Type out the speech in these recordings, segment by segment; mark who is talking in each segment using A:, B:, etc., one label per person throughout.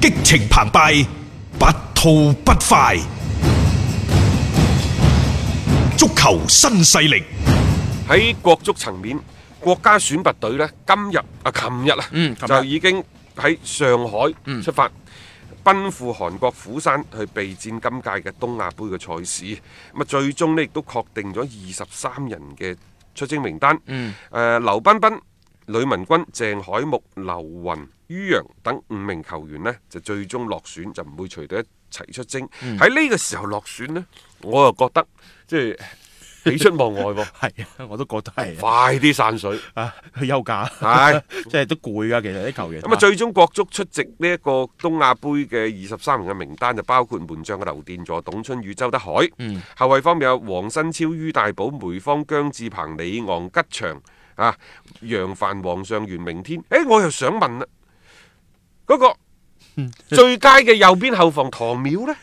A: 激情澎湃，不吐不快。足球新勢力，
B: 喺國足層面，國家選拔隊呢，今日啊，琴日啊，
C: 嗯琴日
B: 就已經喺上海
C: 嗯
B: 出發，奔赴韓國釜山去備戰今屆嘅東亞杯嘅賽事。咁啊，最終呢，亦都確定咗二十三人嘅出征名單。
C: 嗯
B: 誒劉彬彬、呂文君、鄭海木、劉雲、于洋等五名球員呢，就最終落選，就唔會隨隊一齊出征。
C: 嗯
B: 喺呢、個時候落選呢，我又覺得即係喜出望外喎、
C: 係 啊，我都覺得係啊
B: 快啲散水。
C: 啊，去休假，
B: 係
C: 即係都攰噶，其實啲球員。
B: 咁啊，最終國足出席呢一個東亞杯嘅二十三人嘅名單就包括門將嘅劉殿座、董春雨、周德海，
C: 嗯
B: 後衞方面有黃新超、於大寶、梅方、姜志鵬、李昂、吉祥啊、楊帆、黃尚元、明天。誒、我又想問啦，嗰、
C: 嗯
B: 個最佳嘅右邊後防唐淼呢？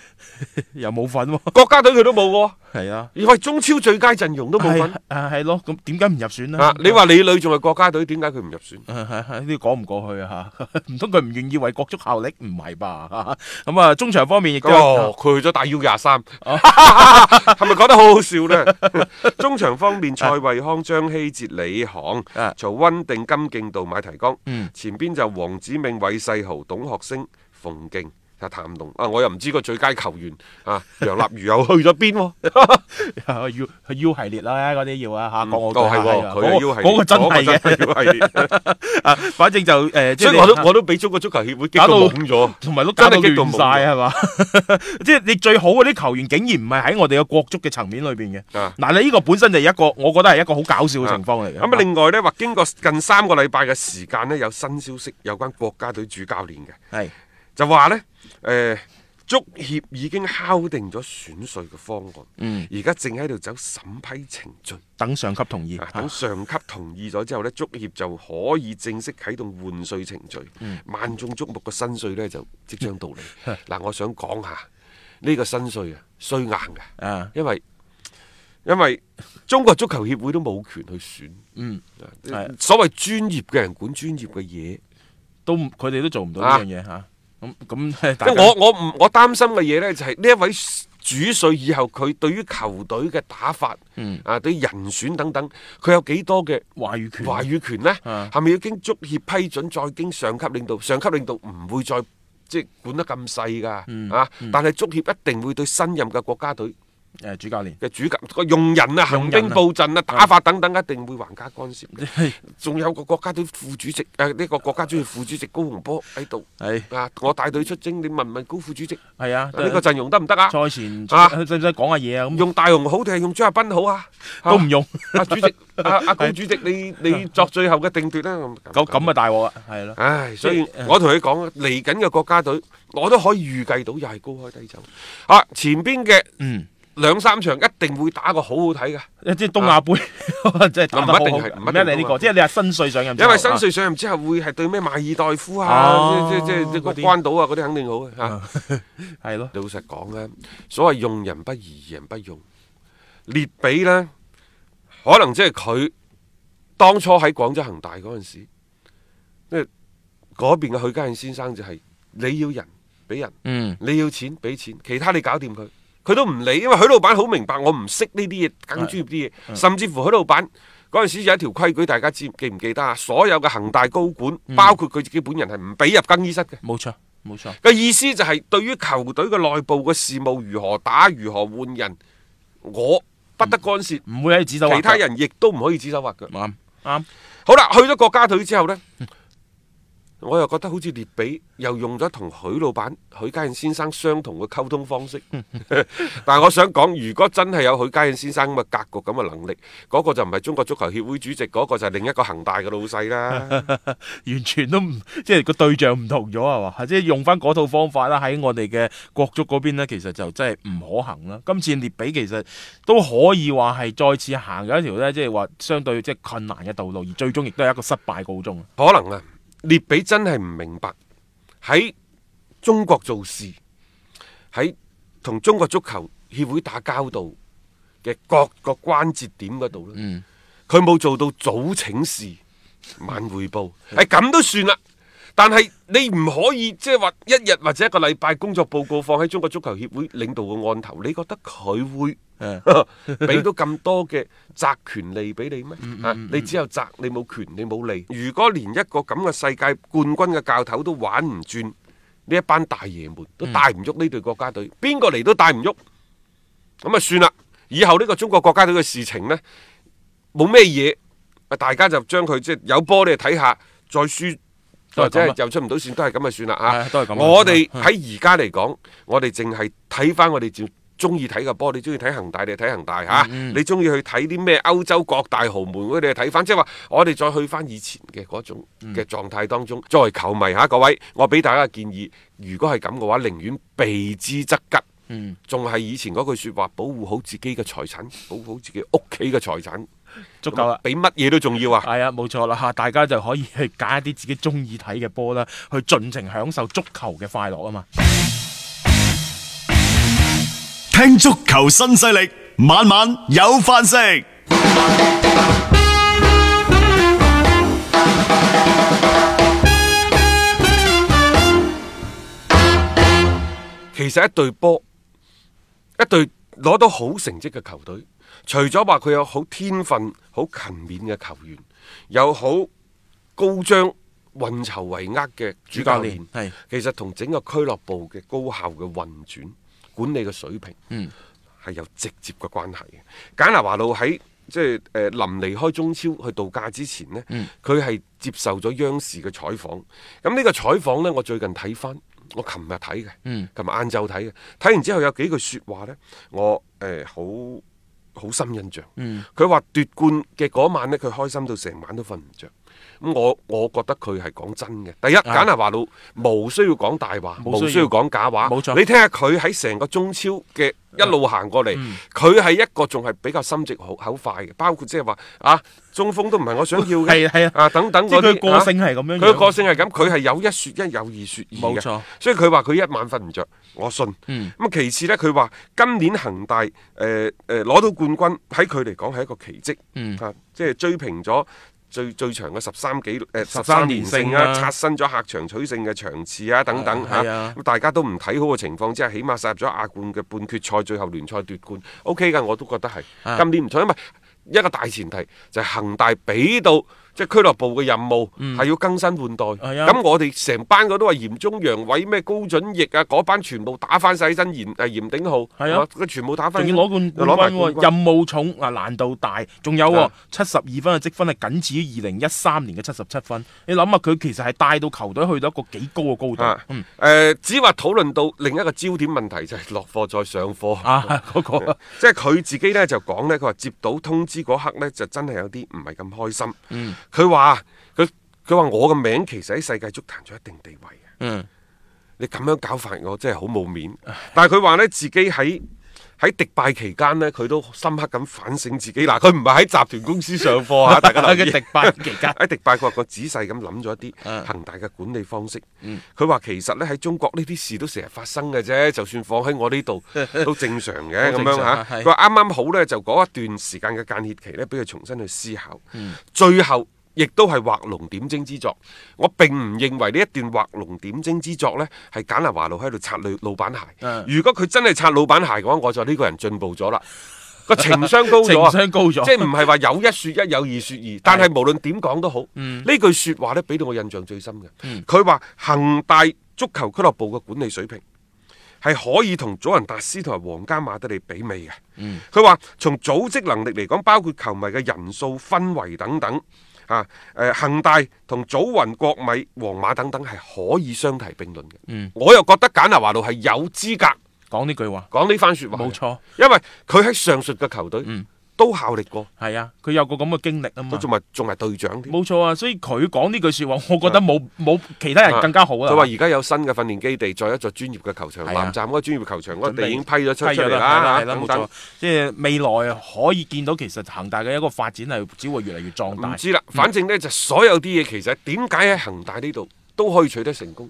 C: 又冇份喎，
B: 國家隊佢都冇喎。
C: 係啊，
B: 喂，中超最佳陣容都冇份
C: 係啊，係咯，咁點解唔入選呢？
B: 啊！你話李磊仲係國家隊，點解佢唔入選？
C: 誒 係係呢啲講唔過去啊！嚇 唔通佢唔願意為國足效力？唔係吧？ 咁啊，哦中場方面亦都有
B: 哦，佢去咗大 U 廿三， 係咪講得好好笑 呢？中場方面，蔡慧康、張希哲、李航
C: 啊、
B: 曹温定、金敬道、買提江，
C: 嗯
B: 前邊就黃子銘、韋世豪、董學升、馮敬。啊，譚龍啊，我又唔知個最佳球員啊，楊立瑜又去咗邊 喎？
C: 嗯要 U 系列啦，嗰啲要啊嚇，港澳
B: 哦，
C: 隊
B: 係喎，
C: 啊
B: 佢
C: 嗰
B: 係
C: 個
B: U 系列
C: 嗰個真係
B: 嗰
C: 嘅，
B: 個真係 U 系列
C: 啊反正就誒，即
B: 所以
C: 係你
B: 我都我都俾中國足球協會激到
C: 搞到
B: 懵咗。
C: 同埋都搞到
B: 真係激到
C: 亂
B: 冇
C: 晒啊係嘛？ 即係你最好嗰啲球員竟然唔係喺我哋嘅國足嘅層面裏邊嘅。
B: 啊
C: 嗱，你呢個本身就係一個，我覺得係一個好搞笑嘅情況嚟嘅。
B: 咁啊，另外呢，話經過近三個禮拜嘅時間呢，有新消息有關國家隊主教練嘅。
C: 係
B: 就話呢，誒、足協已經敲定咗選帥嘅方案，
C: 嗯
B: 而家正喺度走審批程序，
C: 等上級同意
B: 啊，等上級同意咗之後呢，足協就可以正式啟動換帥程序。
C: 嗯
B: 萬眾矚目嘅新帥呢，就即將 到嚟。嗱、我想講下呢、個新帥啊，衰硬嘅，
C: 啊
B: 因為因為中國足球協會都冇權去選。
C: 嗯
B: 啊
C: 係
B: 所謂專業嘅人管專業嘅嘢。
C: 都唔佢哋都做唔到
B: 啊
C: 呢樣嘢嚇。咁咁，
B: 即
C: 大
B: 係
C: 家
B: 我我唔我擔心嘅嘢呢，就係呢一位主帥以後佢對於球隊嘅打法，
C: 嗯
B: 啊對人選等等，佢有幾多嘅
C: 話語權
B: 話語權呢？
C: 啊
B: 係咪要經足協批准，再經上級領導？上級領導唔會再即係管得咁細㗎，啊！但係足協一定會對新任嘅國家隊
C: 誒主教練。
B: 嘅主教個用人啊、行
C: 用人
B: 兵
C: 啊
B: 布陣啊、打法等等，一定會橫加干 涉。仲有個國家隊副主席誒呢個國家主席副主席高洪波喺度。
C: 係
B: 啊！我帶隊出征，你問問高副主席，呢
C: 係啊，
B: 個陣容得唔得啊？
C: 賽前
B: 啊
C: 使唔使講下嘢啊？咁
B: 用大雄好定係用張亞斌好啊？
C: 都唔用，
B: 啊啊主席，啊啊高主席，你你作最後嘅定奪啦。
C: 咁咁啊，大鑊啊，係咯。
B: 唉，所以
C: 即係啊
B: 我同你講，啊嚟緊嘅國家隊，我都可以預計到又係高開低走。啊，前邊嘅
C: 嗯，
B: 兩三場一定會打個好好睇嘅，
C: 即係東亞杯， 即係打得
B: 啊唔一
C: 好
B: 定
C: 好。
B: 係唔一定
C: 唔一定呢個，
B: 東亞杯
C: 即係你話新帥上任之
B: 因
C: 後。
B: 為新帥上任之後會係對咩馬爾代夫啊，
C: 啊哦
B: 即即即個
C: 嗰啲
B: 關島啊嗰啲肯定好嘅嚇。啊
C: 啊 係咯，
B: 老實講
C: 啊
B: 咧，所謂用人不疑，疑人不用。列比呢，可能即係佢當初喺廣州恒大嗰陣時，即係嗰邊嘅許家印先生就係、你要人俾人，
C: 嗯
B: 你要錢俾錢，其他你搞掂佢，佢都唔理，因為許老闆好明白我唔識呢啲嘢，更專業啲嘢，甚至乎許老闆。嗰陣時有一條規矩，大家知記唔記得啊？所有嘅恒大高管，包括佢自己本人，係唔俾入更衣室嘅。
C: 冇錯冇錯，
B: 嘅意思就係對於球隊嘅內部嘅事務如何打、如何換人，我不得干涉，
C: 唔會喺指手畫腳
B: 其他人亦都唔可以指手畫腳。
C: 啱啱
B: 好啦，去咗國家隊之後呢，我又覺得好似列比又用咗同許老闆、許家印先生相同嘅溝通方式。 但係我想講，如果真係有許家印先生咁嘅格局、咁嘅能力，嗰、個就唔係中國足球協會主席，嗰、個就係另一個恒大嘅老細啦。
C: 完全都唔即係個對象唔同咗啊係嘛，即係用翻嗰套方法啦。喺我哋嘅國足嗰邊呢，其實就真係唔可行啦。今次列比其實都可以話係再次行咗一條呢，即係話相對即係困難嘅道路，而最終亦都係一個失敗告終。
B: 可能啊，列比真係唔明白喺中國做事，喺同中國足球協會打交道嘅各個關節點嗰度咧，哎佢冇、做到早請示晚匯報，係咁都算啦。但係你唔可以即係話一日或者一個禮拜工作報告放喺中國足球協會領導嘅案頭，你覺得佢會 俾到咁多嘅責權利俾你咩？
C: 嗯
B: 啊你只有責，你冇權，你冇利。如果連一個咁嘅世界冠軍嘅教頭都玩唔轉，呢一班大爺們都
C: 嗯
B: 帶唔喐呢隊國家隊，邊個嚟都帶唔喐，咁啊算啦。以後呢個中國國家隊嘅事情呢，冇咩嘢，啊大家就將佢即係有波你就睇下，再輸。
C: 都係
B: 或者
C: 咁啊
B: 係又出唔到線，都係咁就算啦啊！
C: 係都係咁啊
B: 我哋喺而家嚟講，我哋淨係睇翻我哋照中意睇嘅波，你中意睇恒大，你就睇恒大嚇；
C: 嗯
B: 你中意去睇啲咩歐洲各大豪門嗰啲，你就睇翻。即係話我哋再去翻以前嘅嗰種
C: 嗯
B: 嘅狀態當中，作為球迷嚇各位，我俾大家嘅建議，如果係咁嘅話，寧願避之則吉。
C: 嗯
B: 仲係以前嗰句説話，保護好自己嘅財產，保護好自己屋企嘅財產，
C: 足夠啦。
B: 比乜嘢都重要啊！
C: 係啊，冇錯啦嚇，大家就可以去揀一啲自己中意睇嘅波啦，去盡情享受足球嘅快樂啊嘛。
A: 聽足球新勢力，晚晚有飯食。
B: 其實一隊波，一隊攞到好成績嘅球隊，除咗話佢有好天分、好勤勉嘅球員，有好高張運籌帷幄嘅主教練
C: 主，教練係
B: 其實同整個俱樂部嘅高效嘅運轉、管理嘅水平，嗯，係有直接嘅關係嘅。簡拿華路喺即係誒臨離開中超去度假之前呢，
C: 嗯
B: 佢係、接受咗央視嘅採訪。咁呢個採訪呢，我最近睇翻，我琴日睇嘅，
C: 嗯
B: 琴日晏晝睇嘅，睇完之後有幾句説話呢，我誒好。好深印象，
C: 嗯
B: 佢話奪冠嘅嗰晚呢，佢開心到成晚都瞓唔着。咁我我覺得佢係講真嘅。第一，簡拿華路無需要講大話，
C: 冇啊需要
B: 無需要講假話。
C: 嗯冇錯
B: 你聽下佢喺成個中超嘅一路行過嚟，
C: 嗯
B: 佢係、一個仲係比較心直口口快嘅，包括即係話啊，中鋒都唔係我想要嘅，
C: 係啊係啊
B: 等等
C: 即
B: 嗰
C: 係
B: 啲
C: 佢個性係咁樣樣
B: 啊佢個性係咁，佢係有一説一，有二説二嘅
C: 冇錯
B: 所以佢話佢一晚瞓唔着，我信。咁、
C: 嗯
B: 其次呢，佢話今年恒大誒誒攞到冠軍，喺佢嚟講係一個奇蹟。
C: 嗯
B: 啊即係追平咗。最最長嘅十三幾誒十
C: 13
B: 三
C: 連
B: 連
C: 勝
B: 勝
C: 啊
B: 啊，刷新咗客場取勝嘅場次啊，等等嚇。
C: 係啊
B: 咁大家都唔睇好嘅情況之下，起碼殺入咗亞冠嘅半決賽，最後聯賽奪冠，OK 㗎，我都覺得係。
C: 啊
B: 今年唔錯，因為一個大前提就係恒大俾到即係俱樂部嘅任務係、要更新換代。
C: 係嗯啊
B: 咁我哋成班嗰都話嚴中陽偉咩高準翼啊，嗰班全部打翻晒起身，嚴誒嚴鼎浩
C: 係啊
B: 佢全部打翻起
C: 仲要
B: 身，
C: 攞
B: 又攞
C: 冠冠
B: 埋
C: 軍
B: 冠
C: 喎，
B: 軍
C: 任務重啊，難度大，仲有喎
B: 啊
C: 七十二分嘅積分係僅次於二零一三年嘅七十七分。你諗下佢其實係帶到球隊去到一個幾高嘅高度，
B: 啊，
C: 嗯
B: 誒、只話討論到另一個焦點問題就係落課再上課，
C: 啊嗰、個
B: 即係佢自己呢就講呢，佢話接到通知嗰刻呢，就真係有啲唔係咁開
C: 嗯
B: 心。佢話佢佢話我嘅名其實喺世界足壇有一定地位嘅，
C: 嗯
B: 你咁樣搞法我真係好冇面。但係佢話呢，自己喺喺迪拜期間呢，佢都深刻咁反省自己。嗱，佢唔係喺集團公司上課 啊，大家留
C: 嘅
B: 意。
C: 迪拜期間，
B: 喺迪拜佢話個仔細咁諗咗一
C: 啊
B: 啲恒大嘅管理方式。
C: 嗯
B: 佢話其實呢，喺中國呢啲事都成日發生嘅啫，就算放喺我呢 度都正常嘅
C: 都
B: 咁
C: 正常
B: 樣嚇
C: 啊。
B: 佢
C: 係
B: 話啱啱好呢，就嗰一段時間嘅間歇期呢，俾佢重新去思考。
C: 嗯
B: 最後。亦都係畫龍點睛之作，我並唔認為呢一段畫龍點睛之作呢係簡拿華路喺度擦老老闆鞋。
C: 嗯
B: 如果佢真係擦老闆鞋嘅話，我就呢個人進步咗啦，個情商高咗啊，
C: 情商高咗
B: 即係唔係話有一説一，有二説二，但係無論點講都好，呢、
C: 嗯
B: 句説話呢俾到我印象最深嘅。佢話、恒大足球俱樂部嘅管理水平係可以同祖雲達斯同埋皇家馬德里媲美嘅。
C: 嗯
B: 佢話、從組織能力嚟講，包括球迷嘅人數、氛圍等等。啊！誒、恒大同祖雲、國米、皇馬等等係可以相提並論嘅。
C: 嗯
B: 我又覺得簡拿華路係有資格
C: 講呢句話
B: 講呢番説話嘅。
C: 冇錯
B: 因為佢喺上述嘅球隊都效力過，
C: 係嗯啊，佢有個咁嘅經歷啊嘛
B: 佢。仲係仲係隊長添。
C: 冇錯啊，所以佢講呢句説話，我覺得冇冇其他人更加好啦。
B: 啊佢話而家有新嘅訓練基地，再一座專業嘅球場，
C: 係啊
B: 南站嗰個專業球場嗰個
C: 準備
B: 地已經批咗出
C: 係
B: 出嚟
C: 啦，
B: 啦，啊
C: 係啦，
B: 等
C: 冇
B: 等
C: 錯。。即係未來可以見到，其實恒大嘅一個發展係只會越嚟越壯
B: 唔
C: 大。
B: 知啦，反正呢，就所有啲嘢其實點解喺恒大呢度都可以取得成功？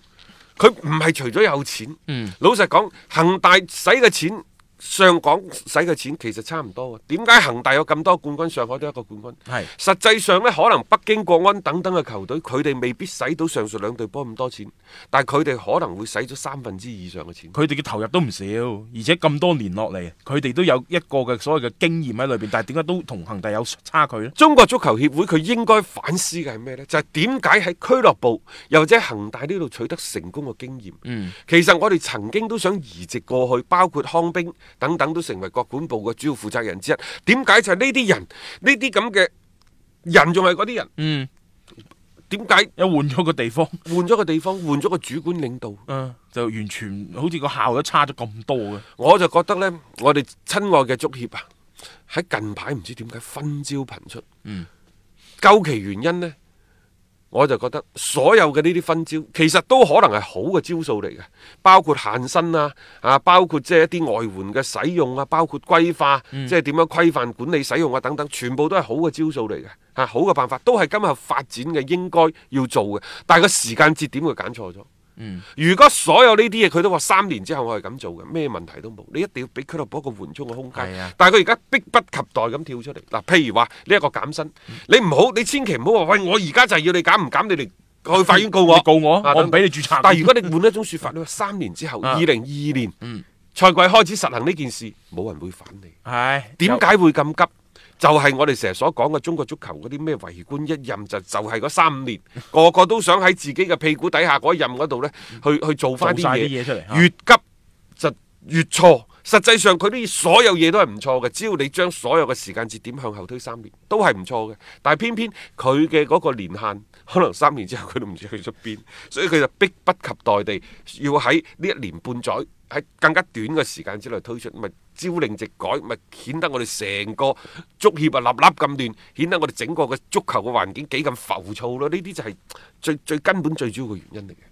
B: 佢唔係除咗有錢，
C: 嗯
B: 老實講，恒大使嘅錢上港使嘅錢其實差唔多嘅。點解恒大有咁多冠軍，上海都一個冠軍？
C: 係
B: 實際上呢，可能北京國安等等嘅球隊，佢哋未必使到上述兩隊波咁多錢，但係佢哋可能會使咗三分之以上嘅錢。
C: 佢哋嘅投入都唔少，而且咁多年落嚟，佢哋都有一個嘅所謂嘅經驗喺裏邊，但係點解都同恒大有差距呢？
B: 中國足球協會佢應該反思嘅係咩呢？就係點解喺俱樂部又或者恒大呢度取得成功嘅經驗？
C: 嗯，
B: 其實我哋曾經都想移植過去，包括康兵等等都成為國管部嘅主要負責人之一。點解就係呢啲人，呢啲咁嘅人仲係嗰啲人？
C: 嗯，
B: 點解
C: 又換咗個地方，
B: 換咗個地方，換咗個主管領導？
C: 嗯，就完全好似個效率差咗咁多嘅。
B: 我就覺得呢，我哋親愛嘅足協啊，喺近排唔知點解分招頻出。
C: 嗯，
B: 究其原因呢，我就覺得所有嘅呢啲分招，其實都可能係好嘅招數嚟嘅，包括限薪啊，啊，包括即係一啲外援嘅使用啊，包括規化，即係點樣規範管理使用啊等等，全部都係好嘅招數嚟嘅，啊，好嘅辦法，都係今後發展嘅應該要做嘅，但係個時間節點佢揀錯咗。如果所有呢啲嘢佢都話三年之後我係咁做嘅，咩問題都冇，你一定要俾俱樂部一個緩衝嘅空間。
C: 係啊
B: 但係佢而家迫不及待咁跳出嚟嗱，譬如話呢一個減薪，你唔好，你千祈唔好話喂，我而家就係要你減唔減，你嚟去法院告我，
C: 你嗯告我
B: 啊
C: 我唔俾你註冊
B: 但係如果你換一種説法，你話三年之後，
C: 啊
B: 二零二二年
C: 嗯
B: 賽季開始實行呢件事，冇人會反你。
C: 唉，
B: 點解會咁急？就係我哋成日所講嘅中國足球嗰啲咩為官一任就就係嗰三五年，個個都想喺自己嘅屁股底下嗰一任嗰度呢，去去做翻啲
C: 做晒
B: 嘢，
C: 啲嘢出嚟啊
B: 越急就越錯。實際上佢啲所有嘢都係唔錯嘅，只要你將所有嘅時間節點向後推三年，都係唔錯嘅。但係偏偏佢嘅嗰個年限，可能三年之後佢都唔知去咗邊，所以佢就迫不及待地要喺呢一年半載喺更加短嘅時間之內推出，咪朝令夕改，咪顯得我哋成個足協啊立立咁亂，顯得我哋整個嘅足球嘅環境幾咁浮躁咯。呢啲就係最最根本最主要嘅原因嚟嘅。